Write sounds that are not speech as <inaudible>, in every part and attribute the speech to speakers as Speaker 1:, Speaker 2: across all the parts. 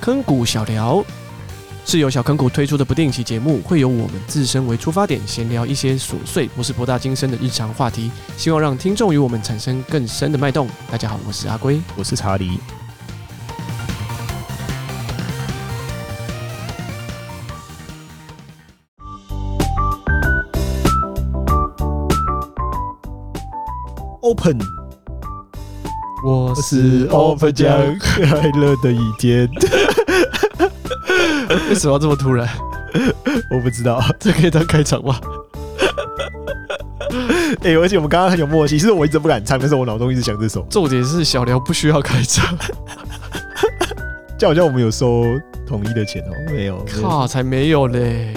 Speaker 1: 坑谷小聊是由小坑谷推出的不定期节目，会由我们自身为出发点，闲聊一些琐碎或是博大精深的日常话题，希望让听众与我们产生更深的脉动。大家好，我是阿龟。
Speaker 2: 我是查理。Open，
Speaker 1: 我
Speaker 2: 将快乐的一天。 <laughs>
Speaker 1: 为什么要这么突然？
Speaker 2: 我不知道，
Speaker 1: 这可以当开场吗？
Speaker 2: 哎、而且我们刚刚很有默契，其实我一直不敢唱，但是我脑中一直想这首。
Speaker 1: 重点是小聊不需要开场，
Speaker 2: 就好像我们有收统一的钱哦、没有，没有
Speaker 1: 靠，才没有嘞！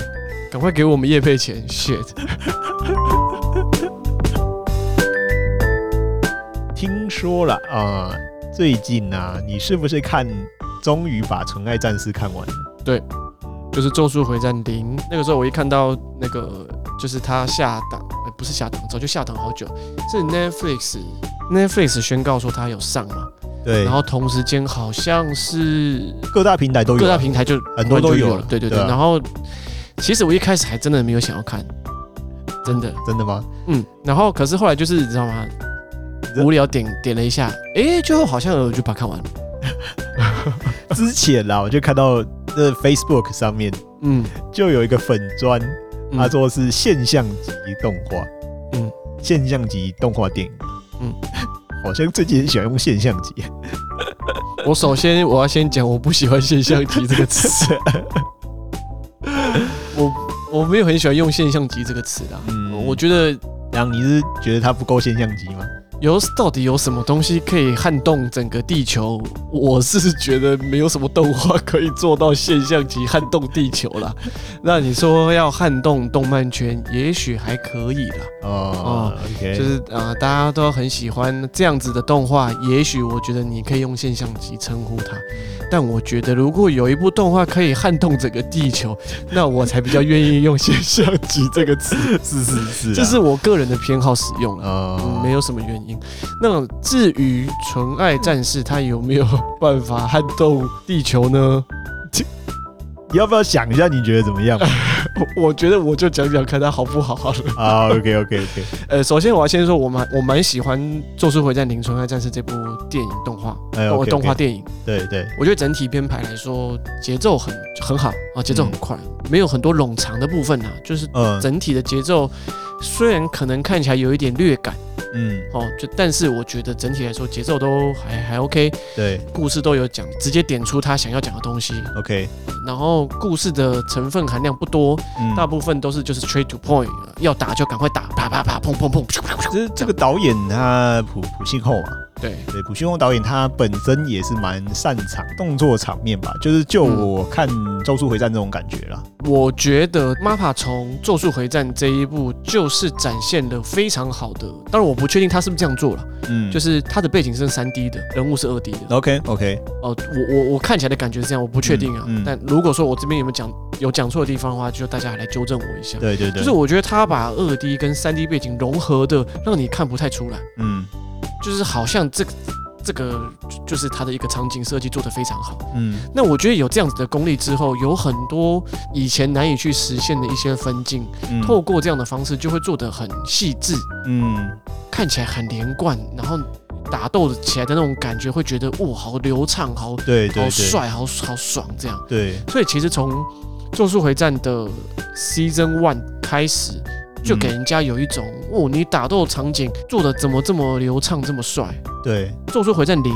Speaker 1: 赶快给我们业配钱，shit！
Speaker 2: 听说了啊、最近啊，你是不是看终于把《纯爱战士》看完了？
Speaker 1: 就是《咒术回战零》。那个时候我一看到那个，就是它下档，呃不是下档，早就下档好久。是 Netflix Netflix 宣告说它有上嘛，
Speaker 2: 对
Speaker 1: 然后同时间好像是
Speaker 2: 各大平台都有啊，
Speaker 1: 各大平台就
Speaker 2: 很多都
Speaker 1: 就
Speaker 2: 有
Speaker 1: 有
Speaker 2: 了
Speaker 1: 对对对。
Speaker 2: 对啊
Speaker 1: 然后其实我一开始还真的没有想要看，真的，
Speaker 2: 真的吗？
Speaker 1: 嗯。然后可是后来就是你知道吗？
Speaker 2: 这
Speaker 1: 无聊点点了一下，诶，最后好像我就把它看完了。
Speaker 2: 之前啊 <laughs> 啦，我就看到那 Facebook 上面 <laughs>
Speaker 1: 嗯，
Speaker 2: 就有一个粉砖，
Speaker 1: 嗯
Speaker 2: 他说是现象级动画，
Speaker 1: 嗯，
Speaker 2: 现象级动画电影，
Speaker 1: 嗯，
Speaker 2: <laughs> 好像最近很喜欢用现
Speaker 1: <laughs>
Speaker 2: 象级，
Speaker 1: 我首先我要先讲，我不喜欢“现象级”这个词，我我没有很喜欢用“现象级”这个词啦。
Speaker 2: 嗯
Speaker 1: 我觉得
Speaker 2: 然后你是觉得它不够现象级吗？
Speaker 1: 有到底有什么东西可以撼动整个地球？我是觉得没有什么动画可以做到现象级撼动地球啦。 <laughs> 那你说要撼动动漫圈，也许还可以啦。
Speaker 2: 哦 o k
Speaker 1: 就是啊、呃大家都很喜欢这样子的动画，也许我觉得你可以用现象级称呼它，但我觉得如果有一部动画可以撼动整个地球，那我才比较愿意用现象级这个词，
Speaker 2: <laughs> 是是是啊，
Speaker 1: 这是我个人的偏好使用了。嗯
Speaker 2: 呃，
Speaker 1: 没有什么原因。那至于纯爱战士，它有没有办法撼动地球呢？
Speaker 2: 你要不要想一下？你觉得怎
Speaker 1: <laughs>
Speaker 2: 么样？
Speaker 1: 我我觉得我就讲讲看它好不好好了。
Speaker 2: 啊，OK OK OK，
Speaker 1: 呃，首先我要先说，我蛮我蛮喜欢《咒术回战：零纯爱战士》这部电影动画，
Speaker 2: 哎
Speaker 1: 呃，
Speaker 2: ，OK，OK
Speaker 1: 动画电影。
Speaker 2: 对对，
Speaker 1: 我觉得整体编排来说，节奏很很好啊，节奏很快，没有很多冗长的部分啊。就是
Speaker 2: 嗯
Speaker 1: 整体的节奏虽然可能看起来有一点略赶
Speaker 2: 嗯，
Speaker 1: 哦，就但是我觉得整体来说节奏都还还 OK，
Speaker 2: 对
Speaker 1: 故事都有讲，直接点出他想要讲的东西。
Speaker 2: ，OK，
Speaker 1: 然后故事的成分含量不多，
Speaker 2: 嗯，
Speaker 1: 大部分都是就是 straight to point，呃要打就赶快打，啪啪啪，砰砰砰，
Speaker 2: 这这个导演他朴朴信厚嘛，
Speaker 1: 对，
Speaker 2: 对，朴信厚导演他本身也是蛮擅长动作场面吧，就是就
Speaker 1: 嗯
Speaker 2: 我看《咒术回战》这种感觉啦。
Speaker 1: 我觉得 MAPPA 从《咒术回战》这一部就是展现了非常好的，当然我不确定他是不是这样做了，
Speaker 2: 嗯，
Speaker 1: 就是是他的背景是三 D 的，人物是二 D 的。
Speaker 2: OK OK，
Speaker 1: 哦，我我我看起来的感觉是这样，我不确定啊。
Speaker 2: 嗯嗯
Speaker 1: 但如果说我这边有没有讲有讲错的地方的话，就大家来纠正我一下。
Speaker 2: 对对对，
Speaker 1: 就是我觉得他把二 D 跟三 D 背景融合的，让你看不太出来，
Speaker 2: 嗯
Speaker 1: 就是好像这个这个就是他的一个场景设计做得非常好。
Speaker 2: 嗯
Speaker 1: 那我觉得有这样子的功力之后，有很多以前难以去实现的一些分镜，
Speaker 2: 嗯，
Speaker 1: 透过这样的方式就会做得很细致，
Speaker 2: 嗯
Speaker 1: 看起来很连贯，然后打斗起来的那种感觉，会觉得哇，好流畅，好
Speaker 2: 对对
Speaker 1: 好
Speaker 2: 对
Speaker 1: 帅，好好爽这样。
Speaker 2: 对，
Speaker 1: 所以其实从《咒术回战》的 Season One 开始，
Speaker 2: 嗯
Speaker 1: 就给人家有一种、哦，你打斗场景做的怎么这么流畅，这么帅？
Speaker 2: 对
Speaker 1: 《咒术回战零》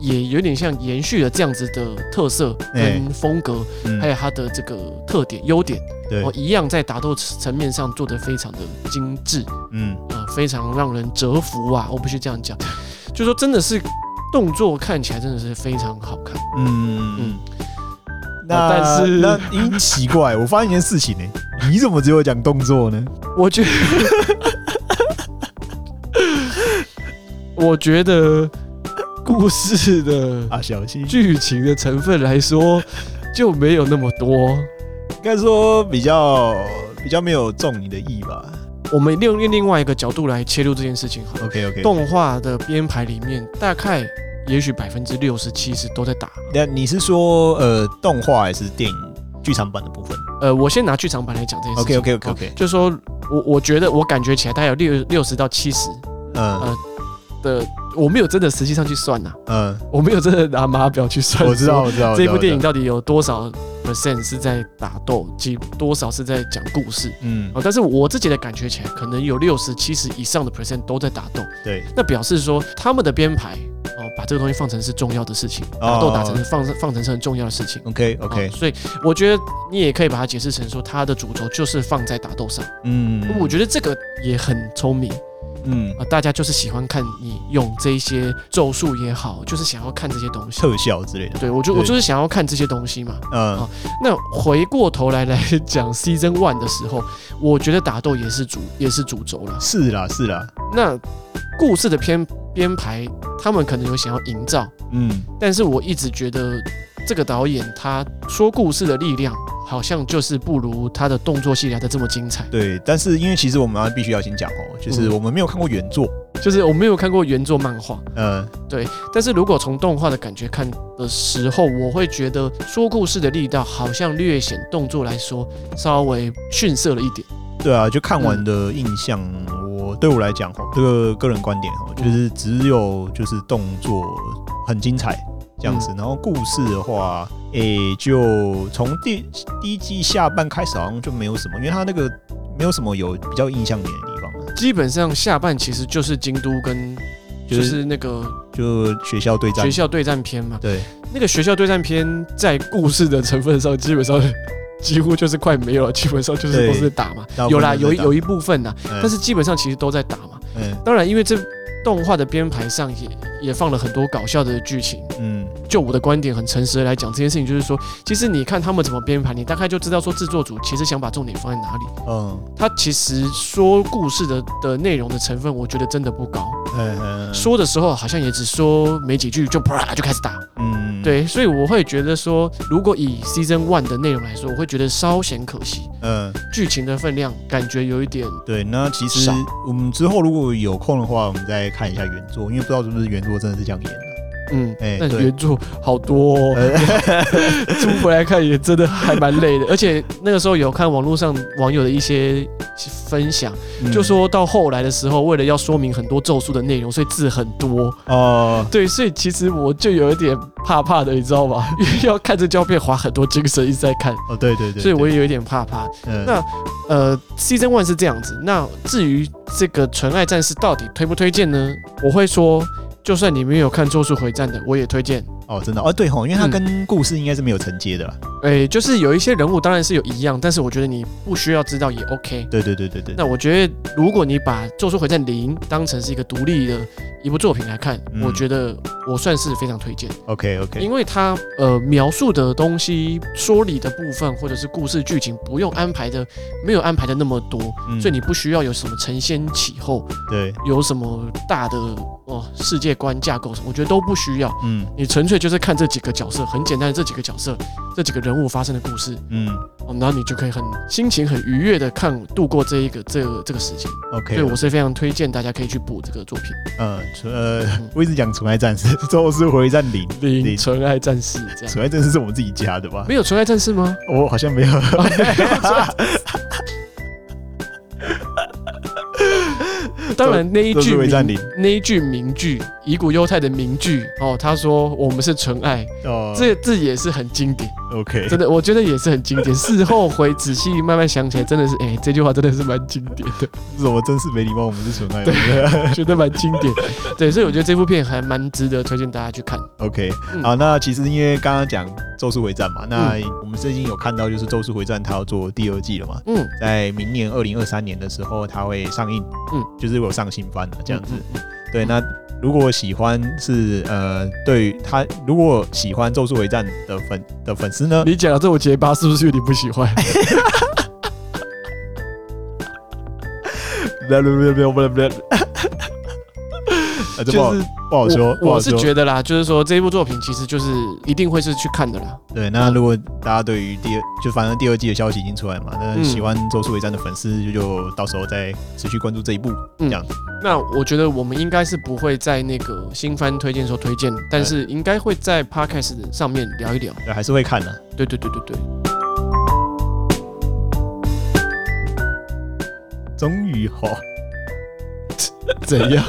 Speaker 1: 也有点像延续了这样子的特色
Speaker 2: 哎
Speaker 1: 跟风格，
Speaker 2: 嗯
Speaker 1: 还有它的这个特点、优点，
Speaker 2: 对
Speaker 1: 哦，一样在打斗层面上做的非常的精致
Speaker 2: 嗯
Speaker 1: 啊、非常让人折服啊！我必须这样讲，就说真的是。动作看起来真的是非常好看，
Speaker 2: 嗯
Speaker 1: 嗯
Speaker 2: 嗯。哦那
Speaker 1: 但是
Speaker 2: <laughs> 那咦奇怪，我发现一件事情呢、你怎么只有讲动作呢？
Speaker 1: 我觉得， <laughs> 我觉得故事的
Speaker 2: 啊，小心，
Speaker 1: 剧情的成分来说就没有那么多。
Speaker 2: 应该说比较比较没有中你的意吧。
Speaker 1: 我们另用另外一个角度来切入这件事情好了。
Speaker 2: OK OK，
Speaker 1: 动画的编排里面，大概也许百分之六十、七十都在打。
Speaker 2: 那你是说呃动画还是电影剧场版的部分
Speaker 1: 呃，我先拿剧场版来讲这件事情。
Speaker 2: ？OK OK OK OK，
Speaker 1: 就说我我觉得我感觉起来大概有六六十到七十
Speaker 2: 嗯
Speaker 1: 的，我没有真的实际上去算呐、
Speaker 2: 嗯，
Speaker 1: 我没有真的拿码表去算，
Speaker 2: 我知道我知道，
Speaker 1: 说这部
Speaker 2: 我知道
Speaker 1: 电影，到底有多少 percent 是在打斗，几多少是在讲故事。
Speaker 2: 嗯
Speaker 1: 哦，但是我自己的感觉起来，可能有六十七十以上的 percent 都在打斗，
Speaker 2: 对，
Speaker 1: 那表示说他们的编排哦，把这个东西放成是重要的事情，打斗打成是放放成是很重要的事情。
Speaker 2: OK
Speaker 1: 哦
Speaker 2: 哦嗯 OK，
Speaker 1: 所以我觉得你也可以把它解释成说，它的主轴就是放在打斗上。
Speaker 2: 嗯，
Speaker 1: 我觉得这个也很聪明啊、
Speaker 2: 嗯
Speaker 1: 大家就是喜欢看你用这些咒术也好，就是想要看这些东西。
Speaker 2: 特效之类的，
Speaker 1: 对，我就我
Speaker 2: 对
Speaker 1: 就是想要看这些东西嘛。
Speaker 2: 嗯
Speaker 1: 哦那回过头来来讲 Season One 的时候，我觉得打斗也是主也是主轴了。
Speaker 2: 是啦是啦，
Speaker 1: 那故事的编编排，他们可能有想要营造，
Speaker 2: 嗯
Speaker 1: 但是我一直觉得这个导演他说故事的力量，好像就是不如他的动作戏来的这么精彩。
Speaker 2: 对，但是因为其实我们要必须要先讲哦，就是
Speaker 1: 嗯
Speaker 2: 我们没有看过原作，
Speaker 1: 就是我没有看过原作漫画，
Speaker 2: 嗯
Speaker 1: 但是如果从动画的感觉看的时候，我会觉得说故事的力道好像略显动作来说稍微逊色了一点。
Speaker 2: 对啊，就看
Speaker 1: 嗯
Speaker 2: 完的印象，我对我来讲吼，这个个人观点
Speaker 1: 嗯
Speaker 2: 吼，就是只有就是动作很精彩这样
Speaker 1: 嗯
Speaker 2: 子，然后故事的话，诶、就从第第一季下半开始好像就没有什么，因为它那个没有什么有比较印象点的地方了，
Speaker 1: 基本上下半其实就是京都跟
Speaker 2: 就是
Speaker 1: 就是那个
Speaker 2: 就学校对战
Speaker 1: 学，校对战篇嘛。
Speaker 2: 对，
Speaker 1: 那个学校对战篇在故事的成分上，基本上 <laughs> 几乎就是快没有了，基本上就是
Speaker 2: 对
Speaker 1: 都是打嘛。
Speaker 2: 大部分
Speaker 1: 有啦，
Speaker 2: 都
Speaker 1: 有
Speaker 2: 是
Speaker 1: 一
Speaker 2: 打
Speaker 1: 有一部分呐，
Speaker 2: 嗯
Speaker 1: 但是基本上其实都在打嘛。
Speaker 2: 嗯
Speaker 1: 当然，因为这动画的编排上也也放了很多搞笑的剧情。
Speaker 2: 嗯
Speaker 1: 就我的观点，很诚实的来讲，这件事情就是说，其实你看他们怎么编排，你大概就知道说制作组其实想把重点放在哪里。
Speaker 2: 嗯
Speaker 1: 他其实说故事的的内容的成分，我觉得真的不高。
Speaker 2: 嗯嗯，
Speaker 1: 说的时候好像也只说没几句就啪就开始打，
Speaker 2: 嗯，
Speaker 1: 对，所以我会觉得说，如果以 Season One 的内容来说，我会觉得稍显可惜，
Speaker 2: 嗯。
Speaker 1: 剧情的分量感觉有一点，
Speaker 2: 对，那其实
Speaker 1: 少
Speaker 2: 我们之后如果有空的话，我们再看一下原作，因为不知道是不是原作真的是这样演的。
Speaker 1: 嗯，
Speaker 2: 哎
Speaker 1: 那
Speaker 2: 对哎
Speaker 1: 原著好多、哦， <laughs> 租回来看也真的还蛮累的，而且那个时候有看网络上网友的一些分享，
Speaker 2: 嗯
Speaker 1: 就说到后来的时候，为了要说明很多咒术的内容，所以字很多，
Speaker 2: 哦，
Speaker 1: 对，所以其实我就有一点怕怕的，你知道吗？ <laughs> 因为要看这胶片，花很多精神一直在看，
Speaker 2: 哦，对对对，嗯
Speaker 1: 所以我
Speaker 2: 也
Speaker 1: 也有一点怕怕。
Speaker 2: 那
Speaker 1: 那呃，Season One 是这样子。那至于这个《纯爱战士》到底推不推荐呢？我会说，就算你没有看《咒术回战》的，我也推荐。
Speaker 2: 哦，真的哦，对吼，因为它跟故事应该是没有承接的啦。
Speaker 1: 诶，哎就是有一些人物当然是有一样，但是我觉得你不需要知道也 OK。
Speaker 2: 对对对对对，
Speaker 1: 那我觉得，如果你把《咒术回战零》当成是一个独立的一部作品来看，
Speaker 2: 嗯
Speaker 1: 我觉得我算是非常推荐，
Speaker 2: OK OK，
Speaker 1: 因为它呃描述的东西、说理的部分或者是故事剧情不用安排的，没有安排的那么多，
Speaker 2: 嗯
Speaker 1: 所以你不需要有什么承先启后，
Speaker 2: 对，
Speaker 1: 有什么大的哦世界观架构什么，我觉得都不需要。
Speaker 2: 嗯
Speaker 1: 你纯粹就是看这几个角色，很简单的这几个角色，这几个人物发生的故事，
Speaker 2: 嗯
Speaker 1: 哦，然后你就可以很心情很愉悦的看度过这一个这个这个时间。
Speaker 2: ，OK，
Speaker 1: 所以我是非常推荐大家可以去补这个作品
Speaker 2: 呃纯呃， <laughs> 我一直讲《纯爱战士》，咒术回战零，
Speaker 1: 《零
Speaker 2: 零
Speaker 1: 纯爱战士》这
Speaker 2: 《
Speaker 1: 样。
Speaker 2: 纯爱战士》是我们自己加的吧？
Speaker 1: 没有啊纯爱战士
Speaker 2: <laughs>
Speaker 1: 吗？
Speaker 2: 我好像没有。
Speaker 1: 当然那一
Speaker 2: 咒
Speaker 1: 句
Speaker 2: 术回战
Speaker 1: 名
Speaker 2: 零
Speaker 1: 那一句名句，乙骨犹太的名句哦，他说我们是纯爱，
Speaker 2: <laughs> 哦，
Speaker 1: 这这也是很经典。
Speaker 2: OK，
Speaker 1: 真的，我觉得也是很经典。事后回仔细慢慢想起来，真的是，哎、这句话真的是蛮经典
Speaker 2: <laughs>
Speaker 1: 的，
Speaker 2: 是我真是没礼貌，我们是纯爱。
Speaker 1: 觉得蛮经典。对，所以我觉得这部片还蛮值得推荐大家去看。
Speaker 2: OK，、
Speaker 1: 嗯
Speaker 2: 好，那其实因为刚刚讲《咒术回战》嘛，那我们最近有看到就是《咒术回战》它要做第二季了嘛，
Speaker 1: 嗯
Speaker 2: 在明年二零二三年的时候它会上映，
Speaker 1: 嗯，
Speaker 2: 就是有上新番了这样子。
Speaker 1: 嗯嗯
Speaker 2: 对，那如果喜欢是呃，对于他如果喜欢《咒术回战》的粉的粉丝呢，
Speaker 1: 你讲到这种结巴，是不是有点不喜欢？就是
Speaker 2: <laughs> 呃这不好 <laughs> 不好说，不
Speaker 1: 我
Speaker 2: 好
Speaker 1: 我是
Speaker 2: 说
Speaker 1: 觉得啦，就是说这一部作品其实就是一定会是去看的啦。
Speaker 2: 对，那如果大家对于第二，就反正第二季的消息已经出来嘛，那
Speaker 1: 嗯
Speaker 2: 喜欢《咒术回战》的粉丝就就到时候再持续关注这一部。
Speaker 1: 那我觉得我们应该是不会在那个新番推荐的时候推荐，但是应该会在 podcast 上面聊一聊。
Speaker 2: 对，还是会看的、
Speaker 1: 对对对对对，
Speaker 2: 终于吼， <laughs> 怎样？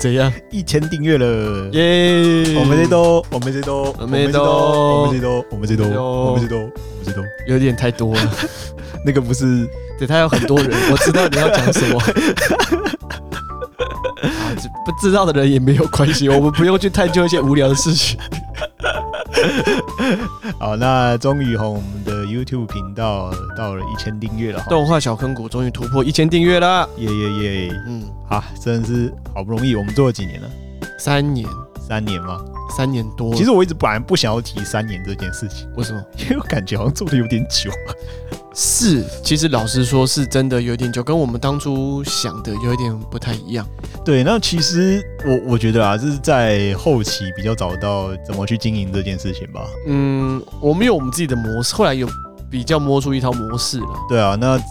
Speaker 1: 怎样？
Speaker 2: 一千订阅了。
Speaker 1: 耶！
Speaker 2: 我们这都，我们这都，
Speaker 1: 我们这都
Speaker 2: 我们这都，我们这都，我
Speaker 1: 我们
Speaker 2: 们这
Speaker 1: 这
Speaker 2: 都，我们这都，
Speaker 1: 有点太多了，
Speaker 2: 那个不是
Speaker 1: 对他有很多人， <laughs> 我知道你要讲什么。啊这不知道的人也没有关系，我们不用去探究一些无聊的事情。
Speaker 2: 好，那终于吼，我们的 YouTube 频道到了一千订阅了吼，
Speaker 1: <laughs> 动画小坑谷终于突破一千订阅啦！
Speaker 2: 耶耶耶！
Speaker 1: 嗯，
Speaker 2: 啊，真的是好不容易，我们做了几年了？
Speaker 1: 三年，
Speaker 2: 三年吗？
Speaker 1: 三年多了。
Speaker 2: 其实我一直本来不想要提三年这件事情， <laughs>
Speaker 1: 为什么？
Speaker 2: 因为我感觉好像做的有点久。
Speaker 1: 是，其实老实说，是真的有点久，跟我们当初想的有一点不太一样。
Speaker 2: 对，那其实我我觉得啊，这是在后期比较找到怎么去经营这件事情吧。
Speaker 1: 嗯，我们有我们自己的模式，后来有比较摸出一套模式了。
Speaker 2: 对啊，那
Speaker 1: 对，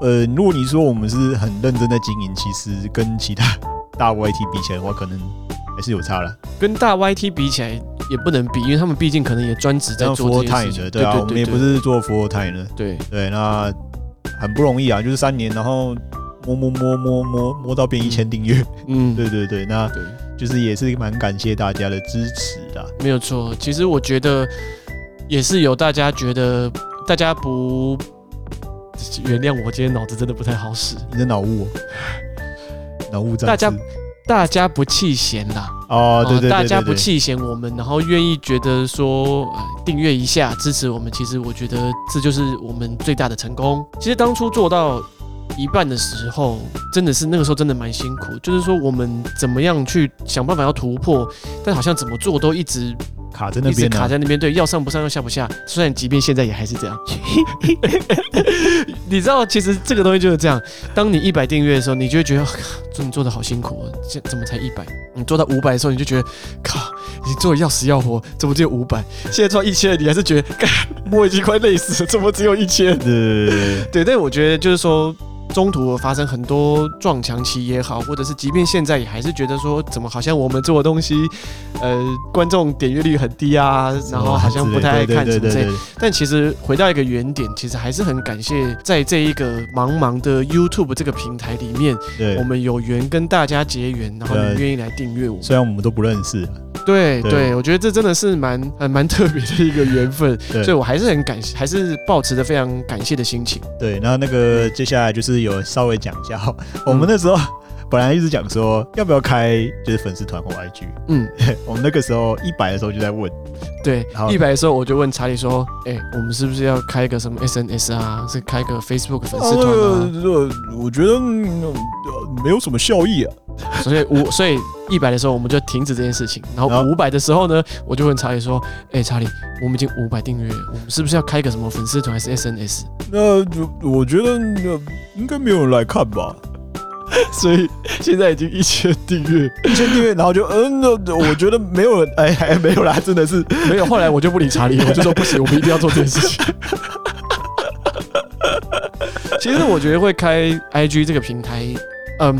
Speaker 2: 呃，如果你说我们是很认真在经营，其实跟其他大 YT 比起来的话，可能还是有差了。
Speaker 1: 跟大 YT 比起来也不能比，因为他们毕竟可能也专职在
Speaker 2: 像
Speaker 1: 做
Speaker 2: full
Speaker 1: 这件
Speaker 2: time
Speaker 1: 事情。
Speaker 2: 的，对啊，我们也不是做 full time 的，
Speaker 1: 对
Speaker 2: 对，那很不容易啊，就是三年，然后摸摸摸摸摸摸到变一千订阅，
Speaker 1: 嗯，对
Speaker 2: 对对对，那
Speaker 1: 对，
Speaker 2: 就是也是蛮感谢大家的支持啦。
Speaker 1: 没有错。其实我觉得也是有大家觉得大家不原谅我，今天脑子真的不太好使。
Speaker 2: 你的脑雾哦，脑雾战士，
Speaker 1: 大家大家不弃嫌啦，
Speaker 2: 哦，对对对
Speaker 1: 大家不
Speaker 2: 对对
Speaker 1: 弃嫌我们，然后愿意觉得说，呃，订阅一下支持我们，其实我觉得嗯这就是我们最大的成功。其实当初做到一半的时候，真的是那个时候真的蛮辛苦，就是说我们怎么样去想办法要突破，但好像怎么做都一直
Speaker 2: 卡在那
Speaker 1: 一直
Speaker 2: 边啊
Speaker 1: 卡
Speaker 2: 呢。
Speaker 1: 在那边，对，要上不上，要下不下。虽然即便现在也还是这样， <laughs> 你知道，其实这个东西就是这样。当你一百订阅的时候，你就会觉得，啊做你做的好辛苦哦，这怎么才一百？你做到五百的时候，你就觉得，靠，你做的要死要活，怎么只有五百？现在做到一千了，你还是觉得，干，我已经快累死了，怎么只有一千？
Speaker 2: 对对对对对
Speaker 1: 对，但我觉得就是说，中途发生很多撞墙期也好，或者是即便现在也还是觉得说，怎么好像我们做的东西，呃，观众点阅率很低啊，然后好像不太爱看
Speaker 2: 对
Speaker 1: 什么
Speaker 2: 对对
Speaker 1: 之
Speaker 2: 对
Speaker 1: 类。
Speaker 2: 对
Speaker 1: 但其实回到一个原点，其实还是很感谢在这一个茫茫的 YouTube 这个平台里面，我
Speaker 2: 对对，
Speaker 1: 们有缘跟大家结缘，然后
Speaker 2: 对啊
Speaker 1: 你愿意来订阅我们。
Speaker 2: 虽然我们都不认识啊，
Speaker 1: 对
Speaker 2: 对
Speaker 1: 对，我觉得这真的是蛮呃蛮特别的一个缘分，
Speaker 2: 对
Speaker 1: 所以我还是很感谢，还是保持着非常感谢的心情。
Speaker 2: 对，那那个接下来就是有稍微讲一下哦，我们那时候本来一直讲说要不要开就是粉丝团或 IG，
Speaker 1: 嗯，
Speaker 2: 我们那个时候一百的时候就在问，
Speaker 1: 对
Speaker 2: 好，
Speaker 1: 一百的时候我就问查理说：“哎、我们是不是要开个什么 SNS 啊？是开个 Facebook 粉丝团
Speaker 2: 哦
Speaker 1: 啊
Speaker 2: 我觉得、没有什么效益啊，？”
Speaker 1: 所以五， <laughs> 所以一百的时候我们就停止这件事情。然
Speaker 2: 然
Speaker 1: 后
Speaker 2: 后
Speaker 1: 五百的时候呢，我就问查理说：“哎、查理，我们已经五百订阅了，我们是不是要开个什么粉丝团还是 SNS？”
Speaker 2: 那我觉得应该没有人来看 <laughs> 吧。
Speaker 1: 所以现在已经一千订阅
Speaker 2: 一千订阅，然后就嗯，那我觉得没有人，哎，还没有啦，真的是
Speaker 1: <laughs> 没有。后来我就不理查理，我就说不行，我们一定要做这件事情。 <laughs> 其实我觉得会开 IG 这个平台，嗯，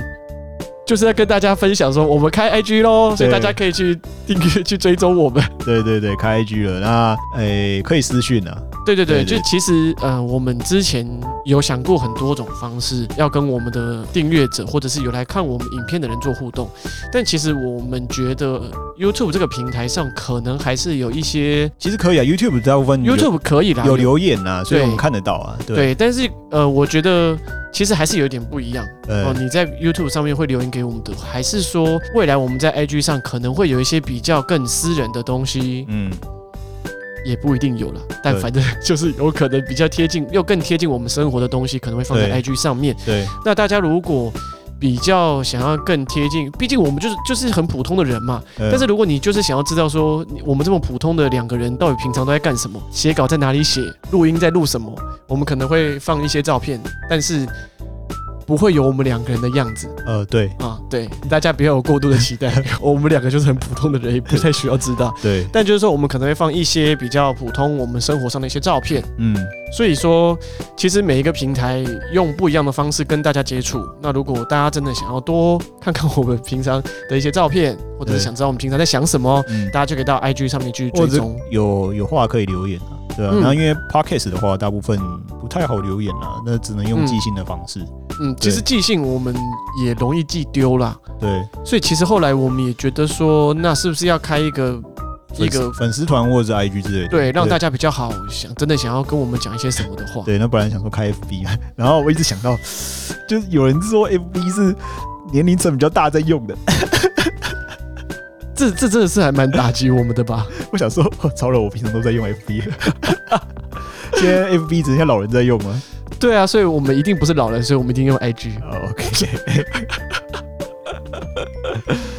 Speaker 1: 就是在跟大家分享说我们开 IG 咯，所以大
Speaker 2: 对
Speaker 1: 家可以去订阅、去追踪我们。
Speaker 2: 对对对，开 IG 了，那哎可以私讯啊，
Speaker 1: 对对对，
Speaker 2: <laughs> 对对
Speaker 1: 就其实呃，我们之前有想过很多种方式要跟我们的订阅者或者是有来看我们影片的人做互动，但其实我们觉得呃 YouTube 这个平台上可能还是有一些
Speaker 2: 其实可以啊，YouTube 大部分有
Speaker 1: YouTube 可以啦，
Speaker 2: 有留言啊，所以
Speaker 1: 对
Speaker 2: 我们看得到啊，对
Speaker 1: 对，但是呃，我觉得其实还是有点不一样
Speaker 2: 呃
Speaker 1: 哦。你在 YouTube 上面会留言给我们的，还是说未来我们在 IG 上可能会有一些比较更私人的东西，
Speaker 2: 嗯，
Speaker 1: 也不一定有了。但
Speaker 2: 对
Speaker 1: 反正就是有可能比较贴近，又更贴近我们生活的东西，可能会放在
Speaker 2: 对
Speaker 1: IG 上面。
Speaker 2: 对
Speaker 1: 那大家如果比较想要更贴近，毕竟我们就是就是很普通的人嘛。
Speaker 2: 呃
Speaker 1: 但是如果你就是想要知道说你我们这么普通的两个人到底平常都在干什么，写稿在哪里写，录音在录什么，我们可能会放一些照片，但是不会有我们两个人的样子
Speaker 2: 呃，对
Speaker 1: 啊。对，大家不要有过度的期待， <laughs> 我们两个就是很普通的人，也不太需要知道。
Speaker 2: 对，
Speaker 1: 但就是说，我们可能会放一些比较普通我们生活上的一些照片。
Speaker 2: 嗯，
Speaker 1: 所以说，其实每一个平台用不一样的方式跟大家接触。那如果大家真的想要多看看我们平常的一些照片，或者是
Speaker 2: 对
Speaker 1: 想知道我们平常在想什么，
Speaker 2: 嗯，
Speaker 1: 大家就可以到 IG 上面去追
Speaker 2: 或者
Speaker 1: 踪。
Speaker 2: 有有话可以留言啊，对啊。
Speaker 1: 嗯
Speaker 2: 那因为 podcast 的话，大部分不太好留言啊，那只能用
Speaker 1: 嗯
Speaker 2: 即兴的方式。
Speaker 1: 嗯，其实寄信我们也容易寄丢啦，
Speaker 2: 对，
Speaker 1: 所以其实后来我们也觉得说，那是不是要开一个一
Speaker 2: 粉丝
Speaker 1: 个
Speaker 2: 粉丝团或者是 IG 之类的，
Speaker 1: 对，让大
Speaker 2: 家
Speaker 1: 家比较好想真的想要跟我们讲一些什么的话？
Speaker 2: 对。那本来想说开 FB，啊 <laughs> 然后我一直想到， <sighs> 就是有人说 FB 是年龄层比较大在用的， <laughs>
Speaker 1: 这这真的是还蛮打击我们的 <laughs> 吧？
Speaker 2: 我想说， <laughs> 哦糟了，我平常都在用 FB，了 <laughs> 现在 FB 只剩下老人在用吗？
Speaker 1: 对啊，所以我们一定不是老人，所以我们一定用 IG。
Speaker 2: 哦，OK。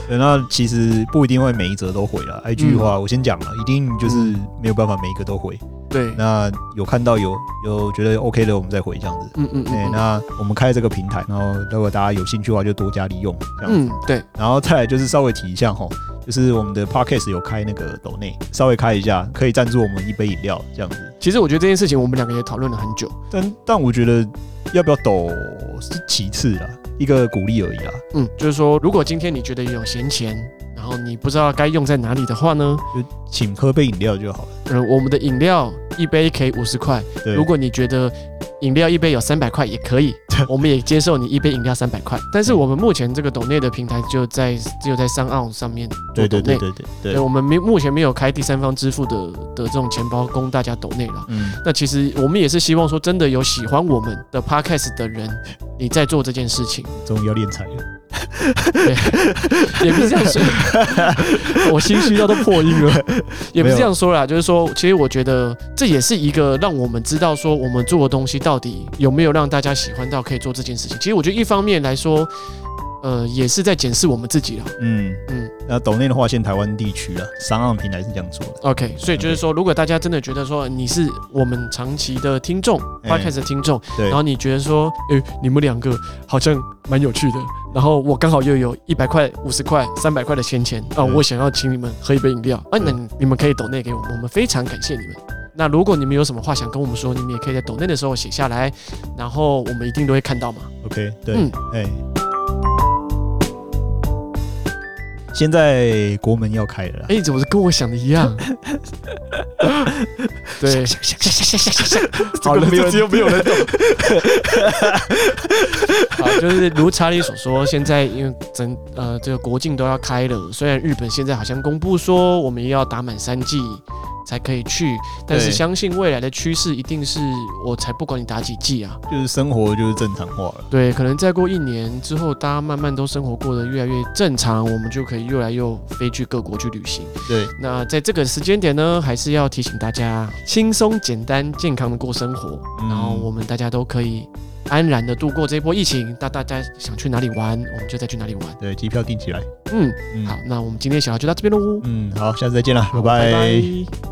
Speaker 2: 对那其实不一定会每一则都回了。IG
Speaker 1: 嗯
Speaker 2: 的话，我先讲了，一定就是没有办法每一个都回。
Speaker 1: 对，
Speaker 2: 那有看到有有觉得 OK 的，我们再回这样子。
Speaker 1: 嗯嗯
Speaker 2: 对，
Speaker 1: 嗯
Speaker 2: 哎那我们开这个平台，然后如果大家有兴趣的话，就多加利用这样子。
Speaker 1: 嗯，嗯对，
Speaker 2: 然后再来就是稍微提一下哈，就是我们的 Podcast 有开那个抖内，稍微开一下，可以赞助我们一杯饮料这样子。
Speaker 1: 其实我觉得这件事情我们两个也讨论了很久。
Speaker 2: 但但我觉得要不要抖是其次啦，一个鼓励而已啦。
Speaker 1: 嗯，就是说，如果今天你觉得有闲钱，然后你不知道该用在哪里的话呢，
Speaker 2: 就请喝杯饮料就好了。
Speaker 1: 嗯，我们的饮料一杯可以五十块，
Speaker 2: 对，
Speaker 1: 如果你觉得饮料一杯有三百块也可以，我们也接受你一杯饮料三百块。但是我们目前这个抖内的平台就在只有在商澳上面做
Speaker 2: 对
Speaker 1: 抖
Speaker 2: 对对
Speaker 1: 内，
Speaker 2: 对对
Speaker 1: 对，
Speaker 2: 对，
Speaker 1: 我们没目前没有开第三方支付的的这种钱包供大家抖内了。
Speaker 2: 嗯，
Speaker 1: 那其实我们也是希望说，真的有喜欢我们的 podcast 的人，你在做这件事情，
Speaker 2: 终于要练财了。
Speaker 1: <laughs> 也不是这样说，我心虚到都破音了，也不是这样说啦，就是说，其实我觉得这也是一个让我们知道说我们做的东西到底有没有让大家喜欢到可以做这件事情。其实我觉得一方面来说，呃，也是在检视我们自己了。
Speaker 2: 嗯
Speaker 1: 嗯
Speaker 2: 嗯，那抖内的话，现在台湾地区啊，商岸平台是这样做的。
Speaker 1: OK，所以就是说，如果大家真的觉得说你是我们长期的听众
Speaker 2: 哎
Speaker 1: ，podcast 的听众，
Speaker 2: 对
Speaker 1: 然后你觉得说，诶、你们两个好像蛮有趣的，然后我刚好又有一百块、五十块、三百块的闲钱啊，
Speaker 2: 嗯
Speaker 1: 我想要请你们喝一杯饮料啊，那
Speaker 2: 对
Speaker 1: 你你们可以抖内给我们，我们非常感谢你们。那如果你们有什么话想跟我们说，你们也可以在抖内的时候写下来，然后我们一定都会看到嘛。
Speaker 2: OK，对
Speaker 1: 嗯，
Speaker 2: 哎、现在国门要开了啦。
Speaker 1: 诶，怎么跟我想的一
Speaker 2: <laughs>
Speaker 1: 样？对，好了，
Speaker 2: 这个
Speaker 1: 这集又没有人懂。好，就是如查理所说，现在因为整呃这个国境都要开了，虽然日本现在好像公布说我们要打满三剂才可以去，但是
Speaker 2: 对
Speaker 1: 相信未来的趋势一定是我才不管你打几剂啊，
Speaker 2: <laughs> 就是生活就是正常化了。
Speaker 1: 对，可能再过一年之后，大家慢慢都生活过得越来越正常，我们就可以越来越飞去各国去旅行。
Speaker 2: 对，
Speaker 1: 那在这个时间点呢，还是要提醒大家，轻松、简单、健康的过生活，
Speaker 2: 嗯
Speaker 1: 然后我们大家都可以安然的度过这一波疫情。那大家想去哪里玩，我们就再去哪里玩。
Speaker 2: 对，机票订起来。
Speaker 1: 嗯，
Speaker 2: 嗯，
Speaker 1: 好，，那我们今天小聊就到这边喽，
Speaker 2: 嗯，好，下次再见啦，拜
Speaker 1: 拜拜